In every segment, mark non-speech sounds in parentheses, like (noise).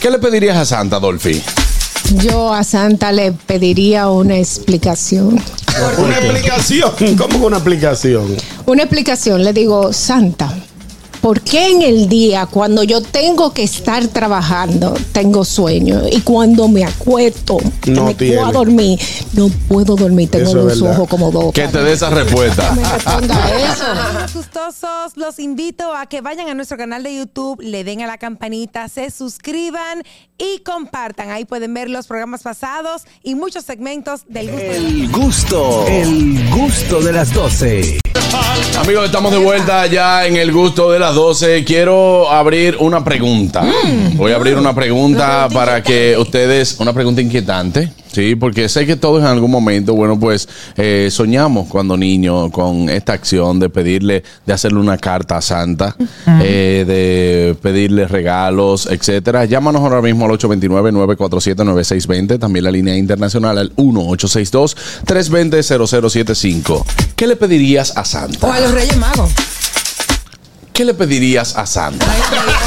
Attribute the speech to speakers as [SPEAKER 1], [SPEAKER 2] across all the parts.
[SPEAKER 1] ¿Qué le pedirías a Santa, Dolphy?
[SPEAKER 2] Yo a Santa le pediría una explicación.
[SPEAKER 3] Una explicación. (laughs) ¿Cómo que una explicación?
[SPEAKER 2] Una explicación, le digo, Santa, ¿por qué en el día cuando yo tengo que estar trabajando tengo sueño y cuando me acuesto, que
[SPEAKER 3] No
[SPEAKER 2] me
[SPEAKER 3] tiene.
[SPEAKER 2] puedo a dormir, no puedo dormir, tengo
[SPEAKER 3] Eso es
[SPEAKER 2] los
[SPEAKER 3] verdad.
[SPEAKER 2] ojos como dos.
[SPEAKER 1] Que te dé esa respuesta.
[SPEAKER 2] Me responda eso.
[SPEAKER 4] gustosos, los invito a que vayan a nuestro canal de YouTube, le den a la campanita, se suscriban y compartan. Ahí pueden ver los programas pasados y muchos segmentos del gusto. de la-
[SPEAKER 1] Eh.
[SPEAKER 5] El gusto, el gusto de las 12.
[SPEAKER 1] Amigos, estamos de vuelta ya en el gusto de las 12. Quiero abrir una pregunta. Voy a abrir una pregunta para que ustedes, una pregunta inquietante, ¿sí? Porque sé que todos en algún momento, bueno, pues eh, soñamos cuando niños con esta acción de pedirle, de hacerle una carta a Santa, eh, de pedirle regalos, etcétera. Llámanos ahora mismo al 829-947-9620, también la línea internacional al 1-862-320-0075. ¿Qué le pedirías a Santa?
[SPEAKER 6] O a los Reyes Magos.
[SPEAKER 1] ¿Qué le pedirías a Santa?
[SPEAKER 6] Porque hay mucha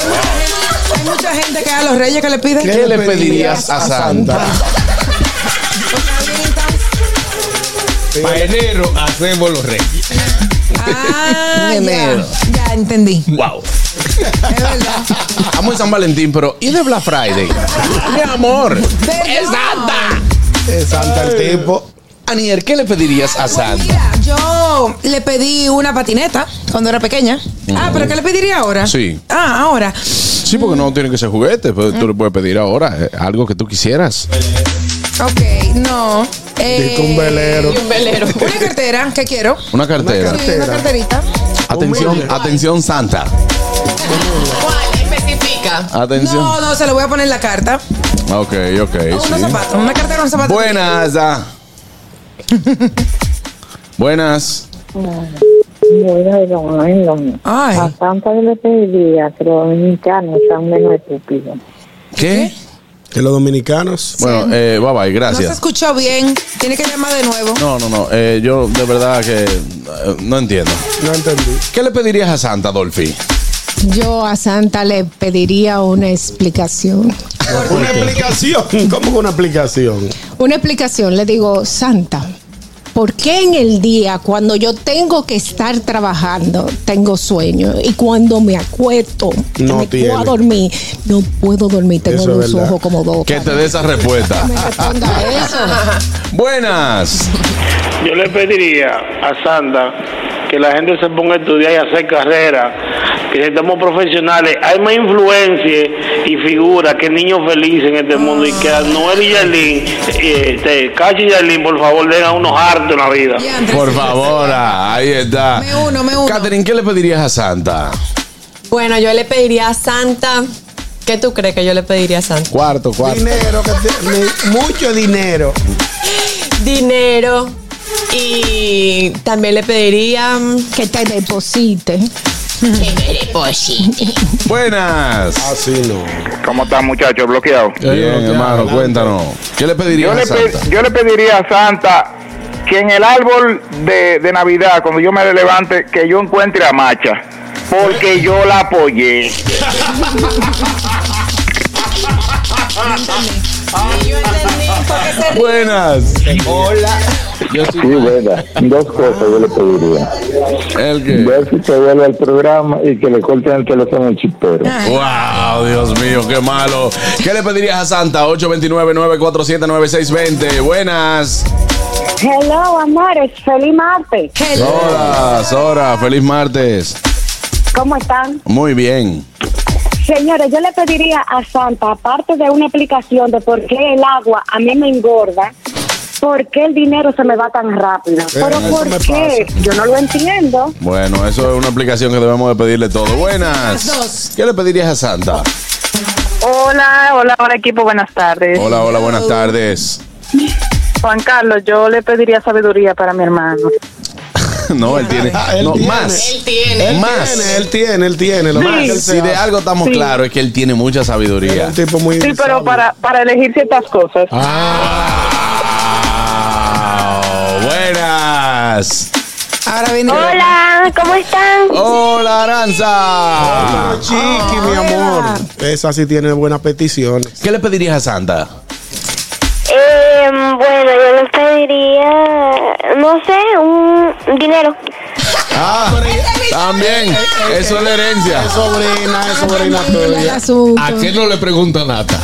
[SPEAKER 6] gente- hay mucha gente que a los Reyes que le piden.
[SPEAKER 1] ¿Qué le pedirías a Santa?
[SPEAKER 7] Para enero hacemos los reyes.
[SPEAKER 6] Ah,
[SPEAKER 2] Un enero.
[SPEAKER 6] ya, ya entendí.
[SPEAKER 1] Wow. (laughs)
[SPEAKER 6] Es verdad.
[SPEAKER 1] Amo en San Valentín, pero ¿y de Black Friday? Mi amor. ¡Es Santa!
[SPEAKER 3] Es Santa el tipo.
[SPEAKER 1] Anier, ¿qué le pedirías a Santa?
[SPEAKER 6] Pues Mira, yo le pedí una patineta cuando era pequeña. Ah, pero ¿qué le pediría ahora?
[SPEAKER 1] Sí.
[SPEAKER 6] Ah, ahora.
[SPEAKER 1] Sí, porque no tiene que ser juguete, pero tú le puedes pedir ahora eh, algo que tú quisieras.
[SPEAKER 6] Ok, no. Eh,
[SPEAKER 3] Diste un velero.
[SPEAKER 1] (laughs)
[SPEAKER 6] Un velero. Una cartera que quiero. Sí,
[SPEAKER 1] Una cartera.
[SPEAKER 3] Una
[SPEAKER 6] una carterita.
[SPEAKER 1] Atención,
[SPEAKER 3] Humilde.
[SPEAKER 1] atención Santa.
[SPEAKER 8] ¿Cuál? Especifica.
[SPEAKER 1] Atención.
[SPEAKER 6] No, no, se lo voy a poner en la carta.
[SPEAKER 1] Ok, ok.
[SPEAKER 6] O unos
[SPEAKER 1] sí.
[SPEAKER 6] zapatos. Una cartera, unos zapatos.
[SPEAKER 1] Buenas. (laughs) ah. Buenas.
[SPEAKER 9] Bueno, bueno, bueno.
[SPEAKER 6] Ay.
[SPEAKER 1] Ah,
[SPEAKER 9] A Santa yo le pediría que los dominicanos sean menos estúpidos.
[SPEAKER 1] ¿Qué?
[SPEAKER 3] Que los dominicanos.
[SPEAKER 1] Bueno, eh, bye bye,
[SPEAKER 6] No se
[SPEAKER 1] gracias.
[SPEAKER 6] escuchó bien. Tiene que llamar de nuevo.
[SPEAKER 1] No, no, no. eh, yo de verdad que eh, no entiendo.
[SPEAKER 3] No entendí.
[SPEAKER 1] ¿Qué le pedirías a Santa, Dolphy?
[SPEAKER 2] Yo a Santa le pediría una explicación.
[SPEAKER 3] Una explicación. ¿Cómo que una explicación?
[SPEAKER 2] Una explicación, le digo, Santa, ¿por qué en el día cuando yo tengo que estar trabajando tengo sueño y cuando me acuesto, que
[SPEAKER 3] No
[SPEAKER 2] me
[SPEAKER 3] tiene.
[SPEAKER 2] puedo dormir, no puedo dormir, tengo
[SPEAKER 3] Eso es
[SPEAKER 2] los
[SPEAKER 3] verdad.
[SPEAKER 2] ojos como dos.
[SPEAKER 1] Que te dé esa respuesta.
[SPEAKER 2] Me responda eso.
[SPEAKER 1] Buenas.
[SPEAKER 10] Yo le pediría a Santa que la gente se ponga a estudiar y a hacer carrera, que estamos profesionales, hay más influencia y figuras que niños felices en este mundo y que a Noel y Yalín, eh, este, Cacho y Yalín, por favor, den a unos hartos en la vida.
[SPEAKER 6] Ya, Andrés,
[SPEAKER 1] Por
[SPEAKER 6] sí,
[SPEAKER 1] favor, ah, ahí está.
[SPEAKER 6] Me uno, me uno.
[SPEAKER 1] Catherine, ¿qué le pedirías a Santa?
[SPEAKER 8] Bueno, yo le pediría a Santa. ¿Qué tú crees que yo le pediría a Santa?
[SPEAKER 1] Cuarto, cuarto.
[SPEAKER 3] Dinero, que te- ni- mucho dinero.
[SPEAKER 8] Dinero. Y también le pediría. mm,
[SPEAKER 2] Que te deposite.
[SPEAKER 1] Buenas.
[SPEAKER 3] Así Ah, no.
[SPEAKER 10] ¿Cómo están, muchachos? ¿Bloqueados?
[SPEAKER 1] Bien, hermano, cuéntanos. ¿Qué le pedirías
[SPEAKER 10] Yo le,
[SPEAKER 1] a
[SPEAKER 10] pe-
[SPEAKER 1] Santa?
[SPEAKER 10] yo le pediría a Santa que en el árbol de, de Navidad, cuando yo me levante, que yo encuentre a Macha. Porque yo la apoyé.
[SPEAKER 8] Yo entendí porque se ríe.
[SPEAKER 1] Buenas.
[SPEAKER 9] Sí, verdad. Dos cosas yo le pediría.
[SPEAKER 1] ¿El
[SPEAKER 3] Ah.
[SPEAKER 1] qué?
[SPEAKER 9] Ver si se vuelve al programa y que le corten el teléfono al chipero.
[SPEAKER 1] Wow, Dios mío, qué malo. ¿Qué le pedirías a Santa? 829-947-9620. Buenas.
[SPEAKER 9] Hello, amores. Feliz martes.
[SPEAKER 1] Hola, Sora. Feliz martes.
[SPEAKER 9] ¿Cómo están?
[SPEAKER 1] Muy bien.
[SPEAKER 9] Señores, yo le pediría a Santa, aparte de una explicación de por qué el agua a mí me engorda, ¿por qué el dinero se me va tan rápido?
[SPEAKER 1] Eh,
[SPEAKER 9] Pero
[SPEAKER 3] eso
[SPEAKER 9] ¿por
[SPEAKER 3] me
[SPEAKER 9] qué? Yo no lo entiendo.
[SPEAKER 1] Bueno, eso es una aplicación que debemos de pedirle todo. Buenas. ¿Qué le pedirías a Santa?
[SPEAKER 9] Hola, hola, hola equipo, buenas tardes.
[SPEAKER 1] Hola, hola, buenas tardes.
[SPEAKER 9] Juan Carlos, yo le pediría sabiduría para mi hermano.
[SPEAKER 1] No, él tiene.
[SPEAKER 3] Ah, él
[SPEAKER 1] no,
[SPEAKER 3] tiene.
[SPEAKER 1] más.
[SPEAKER 8] Él tiene.
[SPEAKER 3] Él
[SPEAKER 1] Más.
[SPEAKER 3] tiene, él tiene, él tiene. Lo más que él
[SPEAKER 1] Si
[SPEAKER 3] se
[SPEAKER 1] de
[SPEAKER 3] hace.
[SPEAKER 1] algo estamos claros es que él tiene mucha
[SPEAKER 3] Es
[SPEAKER 1] sabiduría.
[SPEAKER 3] un tipo muy.
[SPEAKER 9] Sí, pero
[SPEAKER 3] sabio.
[SPEAKER 9] para, para elegir ciertas cosas.
[SPEAKER 1] Ah, buenas.
[SPEAKER 6] Ahora viene.
[SPEAKER 9] Hola, ¿cómo están?
[SPEAKER 1] Hola, Aranza.
[SPEAKER 3] Chiqui, mi
[SPEAKER 9] Ah,
[SPEAKER 3] amor. Esa sí tiene buenas peticiones.
[SPEAKER 1] ¿Qué le pedirías a Santa?
[SPEAKER 9] Eh, bueno, yo les pediría, no sé, un dinero.
[SPEAKER 1] Ah, también. Eso es la herencia.
[SPEAKER 3] Es sobrina, es sobrina
[SPEAKER 2] El
[SPEAKER 3] tuya.
[SPEAKER 2] asunto.
[SPEAKER 7] ¿A qué no le pregunta Nata?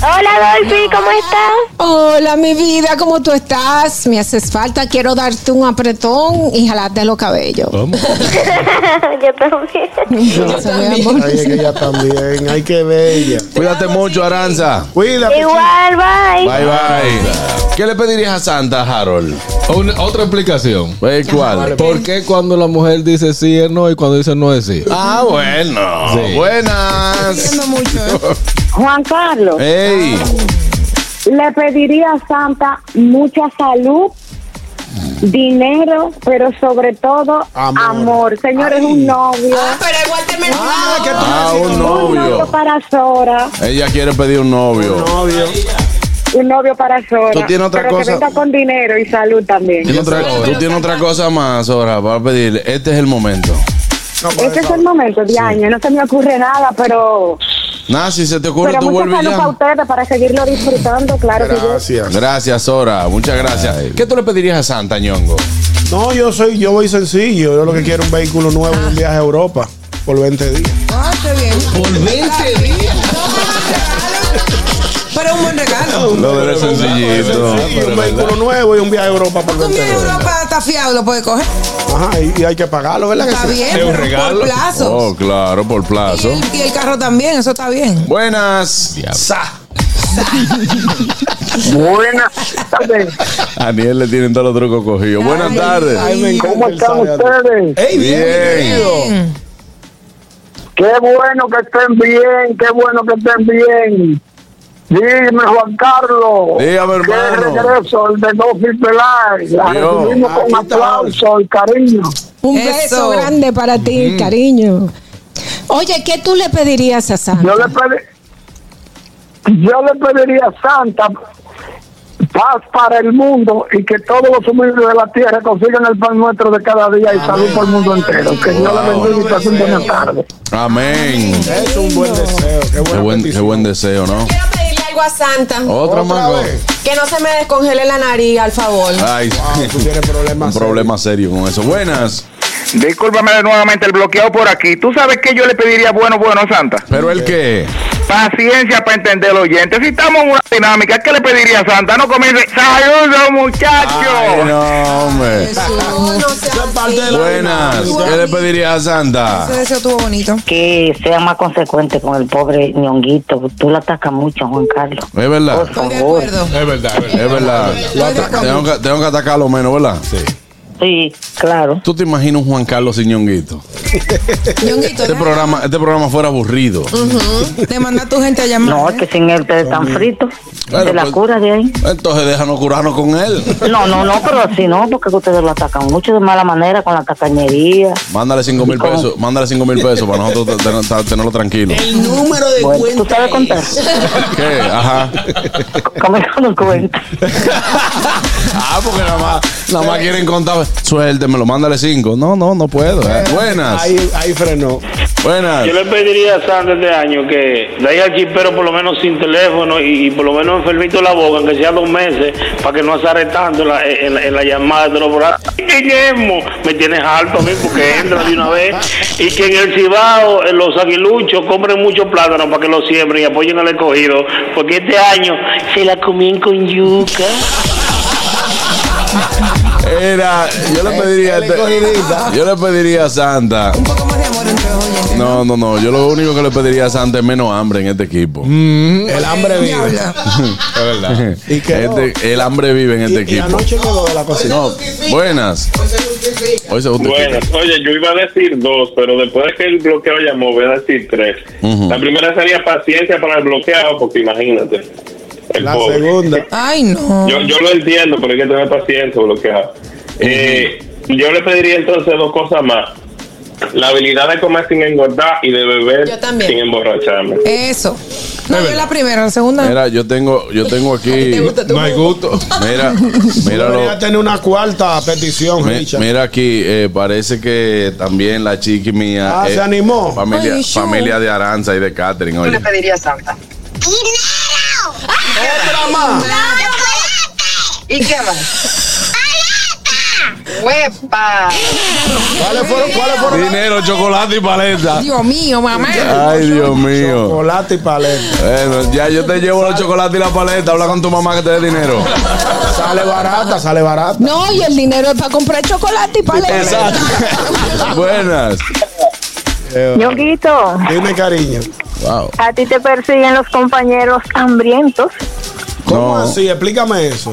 [SPEAKER 9] Hola, Dolphy, ¿cómo estás?
[SPEAKER 2] Hola, mi vida, ¿cómo tú estás? Me haces falta, quiero darte un apretón y jalarte los cabellos.
[SPEAKER 11] (laughs)
[SPEAKER 3] Oh.
[SPEAKER 9] (laughs) yo también.
[SPEAKER 1] (laughs)
[SPEAKER 2] Eso, mi amor.
[SPEAKER 3] Ay, es que ella también. Hay que bella.
[SPEAKER 1] Cuídate mucho, Aranza.
[SPEAKER 3] Cuídate.
[SPEAKER 9] Igual, bye.
[SPEAKER 1] Bye, bye. ¿Qué le pedirías a Santa, Harold?
[SPEAKER 7] Una- otra explicación.
[SPEAKER 1] Eh, ¿Cuál?
[SPEAKER 7] ¿Por qué cuando la mujer dice sí es no y cuando dice no es sí?
[SPEAKER 1] Ah, bueno.
[SPEAKER 7] Sí.
[SPEAKER 1] Buenas.
[SPEAKER 9] Juan Carlos,
[SPEAKER 1] Ey. Eh.
[SPEAKER 9] le pediría a Santa mucha salud, dinero, pero sobre todo
[SPEAKER 3] Amor.
[SPEAKER 9] amor. Señores, un novio.
[SPEAKER 6] pero igual te me
[SPEAKER 3] Ah, que tú
[SPEAKER 1] Ah, un
[SPEAKER 9] Un novio
[SPEAKER 1] novio.
[SPEAKER 9] para Sora,
[SPEAKER 1] Ella quiere pedir un novio.
[SPEAKER 3] Novio.
[SPEAKER 9] un novio para Sora.
[SPEAKER 1] Tú tienes otra
[SPEAKER 9] pero
[SPEAKER 1] cosa.
[SPEAKER 9] que venga con dinero y salud también.
[SPEAKER 1] Tiene otra- Tú tienes otra cosa más ahora para pedir. Este es el momento.
[SPEAKER 3] No,
[SPEAKER 9] Este es el momento de año, no se me ocurre nada, pero,
[SPEAKER 1] Nada, si se te ocurre,
[SPEAKER 9] pero
[SPEAKER 1] tú
[SPEAKER 9] mucha
[SPEAKER 1] vuelves
[SPEAKER 9] salud para
[SPEAKER 1] ya.
[SPEAKER 9] ustedes para seguirlo disfrutando, claro que
[SPEAKER 3] Gracias.
[SPEAKER 1] Gracias, Sora. Muchas gracias. ¿Qué tú le pedirías a Santa, ñongo?
[SPEAKER 3] No, yo soy, yo voy sencillo. Yo lo que quiero es un vehículo nuevo, un viaje a Europa por 20 días.
[SPEAKER 6] Ah, qué bien.
[SPEAKER 7] Por 20 días.
[SPEAKER 6] Pero un buen regalo.
[SPEAKER 1] Lo de lo sencillito.
[SPEAKER 3] Sí, un vehículo nuevo y un viaje a Europa por
[SPEAKER 6] Un
[SPEAKER 3] 20
[SPEAKER 6] bien
[SPEAKER 3] días.
[SPEAKER 6] Europa está fiado, lo puede coger.
[SPEAKER 3] Ajá, y, y hay que pagarlo, ¿verdad? que
[SPEAKER 6] Está
[SPEAKER 3] sí?
[SPEAKER 6] bien.
[SPEAKER 7] Es un
[SPEAKER 6] pero
[SPEAKER 7] regalo.
[SPEAKER 6] Por plazos.
[SPEAKER 1] Oh, claro, por
[SPEAKER 6] Y
[SPEAKER 1] plazo.
[SPEAKER 6] el, y el carro también, eso está bien.
[SPEAKER 1] Buenas. Sa.
[SPEAKER 10] Buenas tardes.
[SPEAKER 1] A Aniel le tienen todos los trucos cogidos. Buenas tardes.
[SPEAKER 3] Ay, me encanta
[SPEAKER 10] ¿Cómo
[SPEAKER 3] el
[SPEAKER 10] están
[SPEAKER 3] sábado.
[SPEAKER 10] ustedes?
[SPEAKER 1] ¿Eh?
[SPEAKER 3] Ey, bien,
[SPEAKER 1] Bien.
[SPEAKER 6] Bien.
[SPEAKER 10] Qué bueno que estén bien, qué bueno que estén bien. Dime, Juan Carlos.
[SPEAKER 1] Dígame,
[SPEAKER 10] qué
[SPEAKER 1] hermano.
[SPEAKER 10] regreso el de Dofi Peláez. La
[SPEAKER 1] Yo,
[SPEAKER 10] recibimos
[SPEAKER 3] Ah, aquí
[SPEAKER 10] con
[SPEAKER 3] está.
[SPEAKER 10] aplauso y cariño.
[SPEAKER 2] Un
[SPEAKER 6] Eso.
[SPEAKER 2] beso grande para ti,
[SPEAKER 3] Mm.
[SPEAKER 2] cariño. Oye, ¿qué tú le pedirías a Santa?
[SPEAKER 10] Yo le, pedi- yo le pediría a Santa paz para el mundo y que todos los humildes de la tierra consigan el pan nuestro de cada día y salud por el mundo entero. Que Dios le
[SPEAKER 1] Wow.
[SPEAKER 10] bendiga y pasen buenas tardes.
[SPEAKER 1] Amén.
[SPEAKER 3] Es un buen deseo. Qué, buena
[SPEAKER 1] Qué buen, qué
[SPEAKER 3] petición.
[SPEAKER 1] buen deseo, ¿no?
[SPEAKER 8] Quiero pedirle algo a Santa.
[SPEAKER 1] Otra
[SPEAKER 3] Otra
[SPEAKER 1] más.
[SPEAKER 3] vez.
[SPEAKER 8] Que no se me descongele la nariz, al favor.
[SPEAKER 1] Ay,
[SPEAKER 3] Wow, tú tienes
[SPEAKER 1] un
[SPEAKER 3] problemas.
[SPEAKER 1] problema serio con eso. Buenas.
[SPEAKER 12] Discúlpame nuevamente el bloqueado por aquí. ¿Tú sabes qué yo le pediría bueno, bueno, Santa?
[SPEAKER 1] Pero el que.
[SPEAKER 12] Paciencia para entender los oyentes. Si estamos en una dinámica, ¿qué le pediría a Santa? No comience. ¡Saludos,
[SPEAKER 1] Ay,
[SPEAKER 12] muchachos!
[SPEAKER 1] no, hombre.
[SPEAKER 6] Eso, no sea así.
[SPEAKER 1] Eh. Buenas. ¿Qué le pedirías a Santa?
[SPEAKER 6] Ese deseo estuvo bonito.
[SPEAKER 9] Que sea más consecuente con el pobre ñonguito. Tú la atacas mucho, Juan Carlos.
[SPEAKER 1] Es verdad.
[SPEAKER 6] Estoy de acuerdo.
[SPEAKER 7] Es verdad, es verdad.
[SPEAKER 1] Es verdad.
[SPEAKER 6] Estoy de acuerdo.
[SPEAKER 1] Tengo que, tengo que atacarlo menos, ¿verdad? Sí.
[SPEAKER 9] Sí, claro.
[SPEAKER 1] ¿Tú te imaginas un Juan Carlos sin ñonguito?
[SPEAKER 6] Ñonguito,
[SPEAKER 1] Este
[SPEAKER 6] ya,
[SPEAKER 1] programa, este programa fuera aburrido.
[SPEAKER 6] te manda a tu gente a llamar.
[SPEAKER 9] No, es que sin él te están fritos.
[SPEAKER 1] Bueno,
[SPEAKER 9] de la
[SPEAKER 1] pues-
[SPEAKER 9] cura de ahí.
[SPEAKER 1] Entonces déjanos curarnos con él.
[SPEAKER 9] No, no, no, pero así no, porque ustedes lo atacan mucho de mala manera con la castañería.
[SPEAKER 1] Mándale 5 mil pesos. Mándale 5 mil pesos para nosotros te- te- te- tenerlo tranquilo.
[SPEAKER 6] El número de
[SPEAKER 9] Bueno, tú sabes contar.
[SPEAKER 1] ¿Qué? Ajá.
[SPEAKER 9] Come
[SPEAKER 13] (laughs)
[SPEAKER 9] con un cuento.
[SPEAKER 1] Ah, porque nada más, nada más quieren contar. Suéltemelo, mándale 5. No, no, no puedo. eh. Buenas.
[SPEAKER 3] Ahí, ahí frenó.
[SPEAKER 1] Buenas.
[SPEAKER 10] Yo le pediría a Sandra este año que de ahí al chipero por lo menos sin teléfono y, y por lo menos enfermito la boca, aunque sea dos meses, para que no azarre tanto en la, eh, en la- en la llamada de los programas. Guillermo, me tienes alto a mí porque entra de una vez. Y que en el Cibao, en los aguiluchos, compren muchos plátanos para que los siembren y apoyen al escogido, porque este año se la comían con yuca.
[SPEAKER 1] Era, yo le pediría. a este- yo le pediría a Santa.
[SPEAKER 6] Un poco más de amor entre los oyentes.
[SPEAKER 1] No, no, no. Yo lo único que le pediría a Santa es menos hambre en este equipo.
[SPEAKER 3] El hambre vive.
[SPEAKER 7] Es verdad.
[SPEAKER 3] Mm. (laughs) Y que no.
[SPEAKER 1] Este- el hambre vive en este
[SPEAKER 3] Y, y
[SPEAKER 1] equipo.
[SPEAKER 3] anoche quedó de la cocina.
[SPEAKER 1] No, buenas. Hoy se justifica.
[SPEAKER 12] Bueno, oye, yo iba a decir dos, pero después de que el bloqueado llamó, voy a decir tres.
[SPEAKER 1] Ujú.
[SPEAKER 12] La primera sería paciencia para el bloqueado, porque imagínate. El
[SPEAKER 3] La
[SPEAKER 12] pobre.
[SPEAKER 3] segunda.
[SPEAKER 6] Ay, no.
[SPEAKER 12] Yo, yo lo entiendo, pero hay que tener paciencia, bloqueado. Eh, yo le pediría entonces dos cosas más.
[SPEAKER 14] la habilidad de comer sin engordar y de beber
[SPEAKER 6] también.
[SPEAKER 14] sin emborracharme.
[SPEAKER 6] Eso. No, yo la primera, la segunda.
[SPEAKER 1] Mira, yo tengo, yo tengo aquí.
[SPEAKER 3] No hay gusto.
[SPEAKER 1] Mira, mira lo-
[SPEAKER 3] Debería tener una cuarta petición,
[SPEAKER 1] mi-
[SPEAKER 3] Richard.
[SPEAKER 1] mira aquí, eh, parece que también la chiqui mía.
[SPEAKER 3] Ah,
[SPEAKER 1] eh,
[SPEAKER 3] se animó.
[SPEAKER 1] Familia,
[SPEAKER 3] Ay, show.
[SPEAKER 1] familia de Aranza y de Catherine, oye.
[SPEAKER 15] pediría Santa? ¡Otra más! ¿Y qué
[SPEAKER 6] (laughs)
[SPEAKER 15] más? ¡Huepa!
[SPEAKER 3] ¿Cuáles fueron? ¿Cuáles fueron?
[SPEAKER 1] Dinero, chocolate y paleta.
[SPEAKER 6] Dios mío, mamá.
[SPEAKER 1] Ay, Dios mío.
[SPEAKER 3] Chocolate y paleta.
[SPEAKER 1] Bueno, ya yo te llevo los chocolates y la paleta. Habla con tu mamá que te dé dinero.
[SPEAKER 3] Sale barata, sale barata.
[SPEAKER 2] No, y el dinero es para comprar chocolate y paleta.
[SPEAKER 1] Exacto. Buenas.
[SPEAKER 15] Ñonguito,
[SPEAKER 3] Dime, cariño.
[SPEAKER 1] Wow.
[SPEAKER 15] a ti te persiguen los compañeros hambrientos.
[SPEAKER 3] ¿Cómo así? Explícame eso.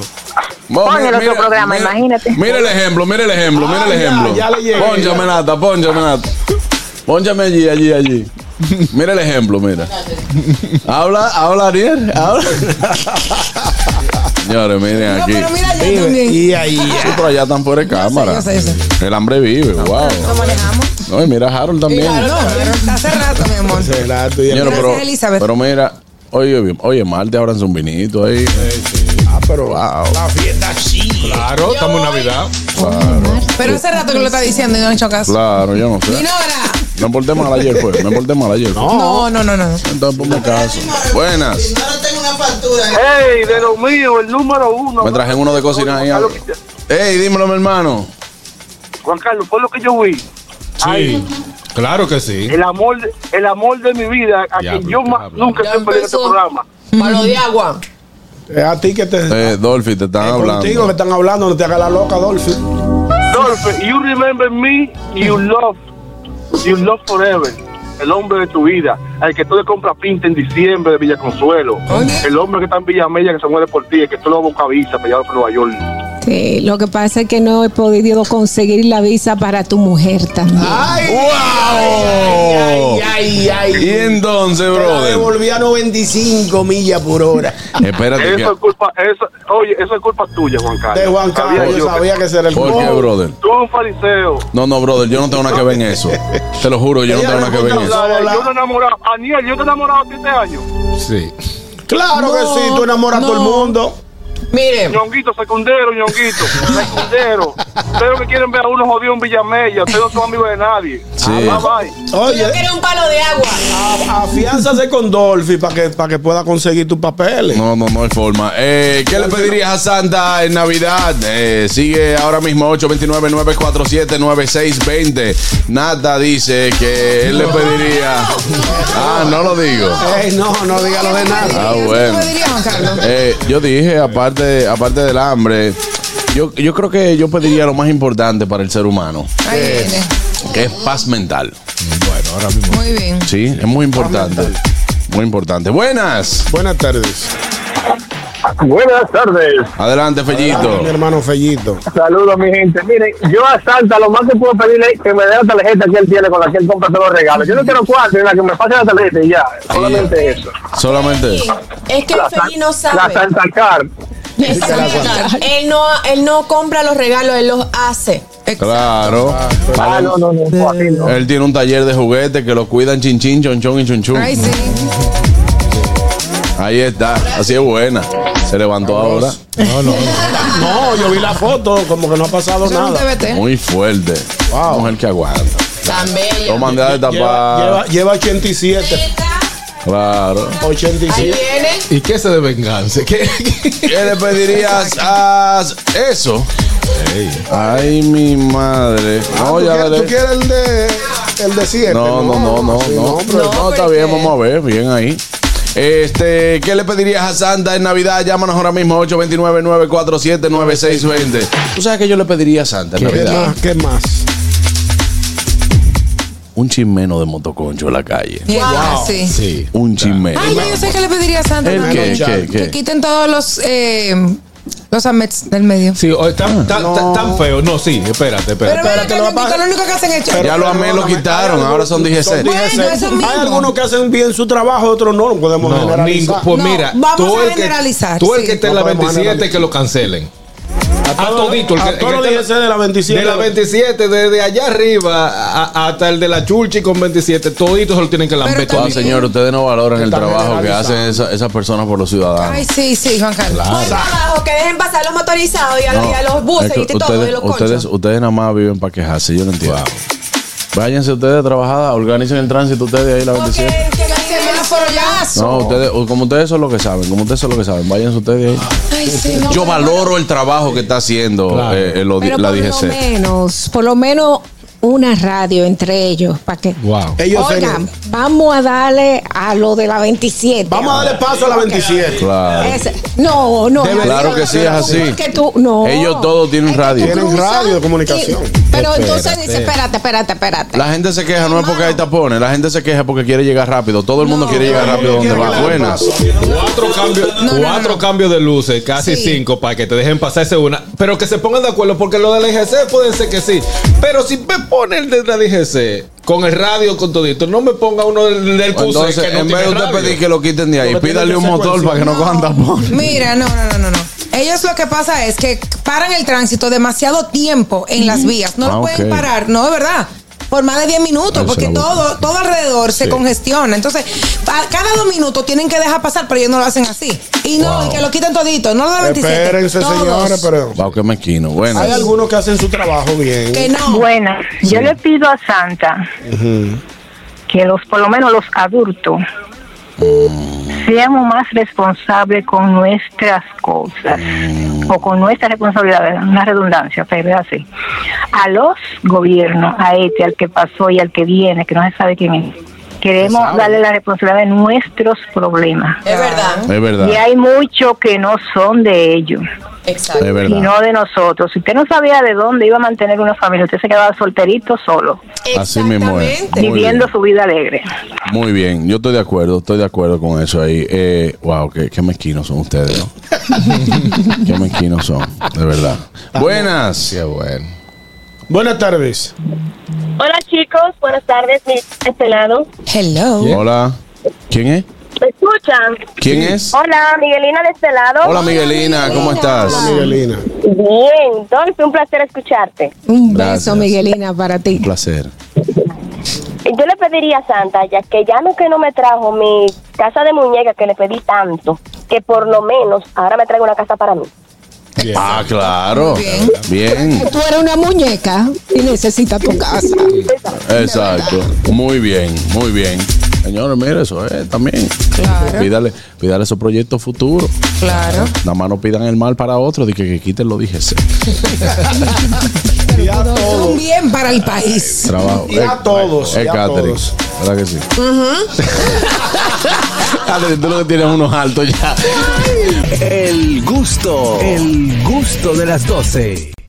[SPEAKER 15] Pon el otro programa, imagínate.
[SPEAKER 1] Mira el ejemplo, mira el ejemplo, mira el
[SPEAKER 3] Ah, ya,
[SPEAKER 1] ejemplo.
[SPEAKER 3] ya le llegué.
[SPEAKER 1] Pónchame nata, pónchame nata. Pónchame allí, allí, allí. Mira el ejemplo, mira. Habla, habla Ariel, habla. Señores, miren aquí.
[SPEAKER 3] Y ahí.
[SPEAKER 1] Sí, pero allá están fuera de cámara.
[SPEAKER 6] sé, yo sé,
[SPEAKER 1] El hambre vive, wow. No, y mira a Harold también.
[SPEAKER 6] Claro, hace rato, mi amor.
[SPEAKER 3] Relato y-
[SPEAKER 1] Señores, pero,
[SPEAKER 6] Gracias, Elizabeth.
[SPEAKER 1] pero mira, oye, bien, oye, Marte, abranse un vinito ahí.
[SPEAKER 3] Ah, pero
[SPEAKER 1] wow.
[SPEAKER 3] la fiesta sí.
[SPEAKER 1] Claro, estamos en Navidad.
[SPEAKER 6] Pero hace rato que lo está diciendo y no he hecho caso.
[SPEAKER 1] Claro, yo no sé. Me porté mal ayer, fue. Me porté mal ayer. fue.
[SPEAKER 6] No, no, no, no.
[SPEAKER 1] Entonces ponme caso. Buenas.
[SPEAKER 13] ¡Ey, de lo mío, el número uno!
[SPEAKER 1] Me traje uno de cocina ahí. Ey, dímelo, mi hermano.
[SPEAKER 13] Juan Carlos, fue lo que yo vi. Ay,
[SPEAKER 11] Claro que sí.
[SPEAKER 13] el amor, el amor de mi vida, a
[SPEAKER 11] Diablo,
[SPEAKER 13] quien yo más nunca se perdí este programa.
[SPEAKER 6] Palo de agua.
[SPEAKER 3] Es a ti que te.
[SPEAKER 1] Eh, Dolphy, te están
[SPEAKER 3] Contigo que
[SPEAKER 1] hablando.
[SPEAKER 3] están hablando, no te hagas la loca, Dolphy.
[SPEAKER 13] Dolphy, you remember me, you love, you love forever. El hombre de tu vida, al que tú le compras pinta en diciembre de Villa Consuelo. El hombre que está en Villa Mella, que se muere por ti, el que tú lo buscas visa para llevarlo a Nueva York.
[SPEAKER 2] Sí, lo que pasa es que no he podido conseguir la visa para tu mujer también.
[SPEAKER 8] Ah,
[SPEAKER 1] ¡Wow!
[SPEAKER 16] ay, ay.
[SPEAKER 1] Y entonces, brother.
[SPEAKER 16] Volví a 95 millas por hora.
[SPEAKER 1] Espérate que.
[SPEAKER 13] Eso es culpa, eso, oye, eso es culpa tuya, Juan Carlos.
[SPEAKER 1] De Juan Carlos,
[SPEAKER 13] Sabía
[SPEAKER 1] yo sabía que ese era el ¿Por qué, brother?
[SPEAKER 13] Tú eres un fariseo.
[SPEAKER 1] No, no, brother, yo no tengo nada que ver en eso. Te lo juro, yo no tengo nada que ver en eso.
[SPEAKER 13] Dale, Yo no he enamorado, Aniel, yo te he enamorado a ti este año.
[SPEAKER 1] Sí.
[SPEAKER 3] Claro que
[SPEAKER 13] No,
[SPEAKER 3] sí, tú enamoras a todo el
[SPEAKER 13] no.
[SPEAKER 3] mundo.
[SPEAKER 6] Mire.
[SPEAKER 13] Ñonguito, secundero,
[SPEAKER 1] (laughs)
[SPEAKER 13] ñonguito, secundero. Ustedes lo que quieren ver a uno jodido en Villamella, ustedes no son amigos de nadie.
[SPEAKER 3] Sí.
[SPEAKER 13] Ah, bye, bye.
[SPEAKER 3] Oye,
[SPEAKER 6] un palo de agua.
[SPEAKER 3] afiánzase con Dolphy para que, para que pueda conseguir tus papeles.
[SPEAKER 1] No, no, no hay forma. Eh, ¿Qué le pedirías a Santa en Navidad? Eh, sigue ahora mismo 829-947-9620. Nata dice que él le pediría. Ah, no lo digo.
[SPEAKER 3] Ey, no, no diga lo de nada.
[SPEAKER 1] Ah, bueno. Eh, yo dije, aparte, aparte del hambre, yo, yo creo que yo pediría lo más importante para el ser humano, que es paz mental. Bueno, ahora mismo.
[SPEAKER 6] Muy bien.
[SPEAKER 1] Sí, es muy importante. Muy importante. Buenas.
[SPEAKER 3] Buenas tardes.
[SPEAKER 1] Buenas tardes. Adelante, Fellito.
[SPEAKER 3] Mi hermano Fellito.
[SPEAKER 13] Saludos, mi gente. Miren, yo a Santa lo más que puedo pedirle es que me dé la tarjeta que él tiene con la que él compra todos los regalos. Yo no quiero cuatro, la que me pase la tarjeta y ya. Solamente eso.
[SPEAKER 1] Solamente eso.
[SPEAKER 8] Es que el Feli no
[SPEAKER 13] La
[SPEAKER 8] sabe.
[SPEAKER 13] Santa Card.
[SPEAKER 8] Exacto. Él no, él no compra los regalos, él los hace.
[SPEAKER 1] Claro.
[SPEAKER 13] Ah,
[SPEAKER 1] Vale. Él tiene un taller de juguetes que lo cuidan chinchín, chonchón y chunchún.
[SPEAKER 6] Ay, sí.
[SPEAKER 1] Ahí está. Así es buena. Se levantó ahora.
[SPEAKER 3] No, no. No, yo vi la foto, como que no ha pasado
[SPEAKER 6] Eso es un
[SPEAKER 3] nada.
[SPEAKER 6] TBT.
[SPEAKER 1] Muy fuerte. Mujer que aguanta.
[SPEAKER 6] Tan bella.
[SPEAKER 1] Lo mandé a
[SPEAKER 3] Lleva,
[SPEAKER 1] destapar.
[SPEAKER 3] lleva 87.
[SPEAKER 1] Claro.
[SPEAKER 3] 87.
[SPEAKER 6] viene.
[SPEAKER 7] ¿Y qué se de venganza? ¿Qué?
[SPEAKER 1] ¿Qué le pedirías a eso? Ay, mi madre. No,
[SPEAKER 3] Ah, ¿Tú
[SPEAKER 1] ya
[SPEAKER 3] quieres, tú
[SPEAKER 1] veré.
[SPEAKER 3] quieres el de, el de 7?
[SPEAKER 1] (laughs) No, no, no, no,
[SPEAKER 3] Sí,
[SPEAKER 1] no.
[SPEAKER 3] pero-
[SPEAKER 1] No, está bien, vamos a ver, bien ahí. Este, ¿qué le pedirías a Santa en Navidad? Llámanos ahora mismo 829-947-9620. ¿Tú sabes qué yo le pediría a Santa en
[SPEAKER 3] ¿Qué
[SPEAKER 1] Navidad?
[SPEAKER 3] más? ¿Qué más?
[SPEAKER 1] Un chismeno de motoconcho en la calle.
[SPEAKER 6] Guau, Wow. sí.
[SPEAKER 1] Un chismeno.
[SPEAKER 6] Ay, yo, yo sé que le pediría a Santa
[SPEAKER 1] ¿El
[SPEAKER 6] también.
[SPEAKER 1] qué, qué, qué?
[SPEAKER 6] Que quiten todos los eh, los amets del medio.
[SPEAKER 11] Sí, o tan, tan, tan- tan feo. No, sí, espérate,
[SPEAKER 6] Pero
[SPEAKER 11] espérate.
[SPEAKER 6] ven acá, Ñonguito, lo único que hacen es
[SPEAKER 1] ya lo amé, lo quitaron, ahora son
[SPEAKER 3] Son
[SPEAKER 1] DGC.
[SPEAKER 3] 10.
[SPEAKER 6] Bueno, eso mismo.
[SPEAKER 3] Hay algunos que hacen bien su trabajo, otros no, no podemos
[SPEAKER 11] No,
[SPEAKER 3] generalizar.
[SPEAKER 11] ningún- pues
[SPEAKER 6] No,
[SPEAKER 11] mira,
[SPEAKER 6] vamos
[SPEAKER 11] tú
[SPEAKER 6] a
[SPEAKER 11] el que,
[SPEAKER 6] generalizar,
[SPEAKER 11] tú el
[SPEAKER 6] sí.
[SPEAKER 11] que esté en
[SPEAKER 6] No
[SPEAKER 11] la
[SPEAKER 6] podemos
[SPEAKER 11] 27
[SPEAKER 6] generalizar.
[SPEAKER 11] que lo cancelen. A todito. el que-
[SPEAKER 3] a
[SPEAKER 11] el
[SPEAKER 3] todos
[SPEAKER 11] que
[SPEAKER 3] los
[SPEAKER 11] está-
[SPEAKER 3] 17 de la 27.
[SPEAKER 11] De la 27, desde allá arriba a- hasta el de la Chulchi con 27. Toditos se lo tienen que lamber.
[SPEAKER 1] Wow, señor, ustedes no valoran el trabajo que hacen esa- esas personas por los ciudadanos.
[SPEAKER 8] Ay, sí, sí, Juan Carlos.
[SPEAKER 1] Claro.
[SPEAKER 8] Buen trabajo, que dejen pasar los motorizados y a,
[SPEAKER 1] No,
[SPEAKER 8] y a los buses
[SPEAKER 1] es que
[SPEAKER 8] y todo, y
[SPEAKER 1] ustedes,
[SPEAKER 8] los conchos.
[SPEAKER 1] ustedes, ustedes nada más viven para quejarse, yo no entiendo. Váyanse ustedes a trabajar, organicen el tránsito ustedes ahí la 27.
[SPEAKER 6] semáforo ya.
[SPEAKER 1] No, ustedes, o- como ustedes son los que saben, como ustedes son los que saben, váyanse ustedes ahí.
[SPEAKER 6] Ay, sí,
[SPEAKER 1] Yo valoro el trabajo que está haciendo eh, eh, lo di-
[SPEAKER 2] Pero
[SPEAKER 1] la
[SPEAKER 2] por lo
[SPEAKER 1] DGC.
[SPEAKER 2] menos, por lo menos una radio entre ellos para que
[SPEAKER 1] Wow.
[SPEAKER 3] Ellos
[SPEAKER 2] oigan vamos a darle a lo de la 27
[SPEAKER 3] Vamos a darle paso a la 27.
[SPEAKER 1] Claro.
[SPEAKER 2] Ese- no no
[SPEAKER 1] Debería Claro que sí, es así.
[SPEAKER 2] Porque tú- no.
[SPEAKER 1] Ellos todos tienen radio.
[SPEAKER 3] Tienen radio de comunicación.
[SPEAKER 2] pero entonces
[SPEAKER 1] Espérate.
[SPEAKER 2] dice espérate espérate espérate
[SPEAKER 1] La gente se queja no es porque hay tapones, la gente se queja porque quiere llegar rápido. Todo el mundo quiere llegar rápido donde va. Buenas.
[SPEAKER 11] Cuatro cambios, cuatro cambios de luces, casi
[SPEAKER 1] Sí.
[SPEAKER 11] cinco, para que te dejen pasarse una. Pero que se pongan de acuerdo, porque lo de la IGC pueden ser que sí. Pero si me pone el de la IGC con el radio, con todito, no me ponga uno del, del QC
[SPEAKER 1] Entonces,
[SPEAKER 11] que no
[SPEAKER 1] en
[SPEAKER 11] tiene
[SPEAKER 1] vez de usted
[SPEAKER 11] radio.
[SPEAKER 1] pedir que lo quiten de ahí,
[SPEAKER 11] Porque tiene
[SPEAKER 1] pídale
[SPEAKER 11] que
[SPEAKER 1] un
[SPEAKER 11] ser
[SPEAKER 1] motor para que no cojan tapones.
[SPEAKER 6] Mira, no, no, no, no, no. Ellos lo que pasa es que paran el tránsito demasiado tiempo en las vías. No
[SPEAKER 1] Ah,
[SPEAKER 6] lo pueden
[SPEAKER 1] ok.
[SPEAKER 6] parar, no, de verdad. Por más de 10 minutos,
[SPEAKER 1] Ay,
[SPEAKER 6] porque
[SPEAKER 1] se la
[SPEAKER 6] todo,
[SPEAKER 1] botaron.
[SPEAKER 6] todo alrededor se
[SPEAKER 1] Sí.
[SPEAKER 6] congestiona. Entonces, pa- cada dos minutos tienen que dejar pasar, pero ellos no lo hacen así. Y no,
[SPEAKER 1] Wow.
[SPEAKER 6] y que lo quiten todito, no lo de 27.
[SPEAKER 3] Espérense,
[SPEAKER 6] todos.
[SPEAKER 3] señores, pero.
[SPEAKER 1] Wow, qué mezquino. Buenas.
[SPEAKER 3] Hay algunos que hacen su trabajo bien.
[SPEAKER 15] Bueno, yo le pido a Santa que los, por lo menos los adultos, seamos más responsables con nuestras cosas o con nuestras responsabilidades, una redundancia, pero es así. A los gobiernos, a este, al que pasó y al que viene, que no se sabe quién es, queremos darle la responsabilidad de nuestros problemas.
[SPEAKER 8] Es verdad.
[SPEAKER 1] Es verdad.
[SPEAKER 15] Y hay muchos que no son de ellos.
[SPEAKER 1] Es verdad.
[SPEAKER 15] Y no de nosotros. Si usted no sabía de dónde iba a mantener una familia, usted se quedaba solterito solo,
[SPEAKER 1] Así mismo es. Muy bien.
[SPEAKER 15] viviendo su vida alegre.
[SPEAKER 1] Muy bien, yo estoy de acuerdo, estoy de acuerdo con eso ahí. Eh, wow, qué, qué mezquinos son ustedes, ¿no? qué mezquinos son, de verdad. Buenas. Ah, bueno.
[SPEAKER 3] Buenas tardes.
[SPEAKER 15] Hola chicos, buenas tardes, mi este lado.
[SPEAKER 6] Hello.
[SPEAKER 1] Hola. ¿Quién es?
[SPEAKER 15] ¿Me escuchan?
[SPEAKER 1] ¿Quién es?
[SPEAKER 15] Hola, Miguelina de este lado.
[SPEAKER 1] Hola Miguelina, ¿cómo estás?
[SPEAKER 15] Hola, Miguelina. Bien, Dolphy, un placer escucharte.
[SPEAKER 2] un
[SPEAKER 1] Gracias.
[SPEAKER 2] beso Miguelina para ti
[SPEAKER 1] Un placer.
[SPEAKER 15] Yo le pediría a Santa, ya que ya no que no me trajo mi casa de muñeca que le pedí tanto, que por lo menos ahora me traiga una casa para mí.
[SPEAKER 1] Ah, claro. Bien.
[SPEAKER 2] tú eres una muñeca y necesitas tu casa
[SPEAKER 1] Exacto. Muy bien, muy bien. Señores, mire eso, eh, también. Pídale, pídale esos proyectos futuros.
[SPEAKER 6] Claro.
[SPEAKER 1] Nada más no pidan el mal para otro, de que, que quiten lo dije.
[SPEAKER 6] Son bien para el país.
[SPEAKER 1] Trabajo.
[SPEAKER 6] Y a todos,
[SPEAKER 1] Es
[SPEAKER 6] y a
[SPEAKER 1] catering.
[SPEAKER 6] todos. Uh-huh.
[SPEAKER 1] ¿Verdad que sí? (laughs)
[SPEAKER 6] Ujú.
[SPEAKER 1] Catering, tú lo que tienes es unos altos ya.
[SPEAKER 5] El gusto, el gusto de las 12.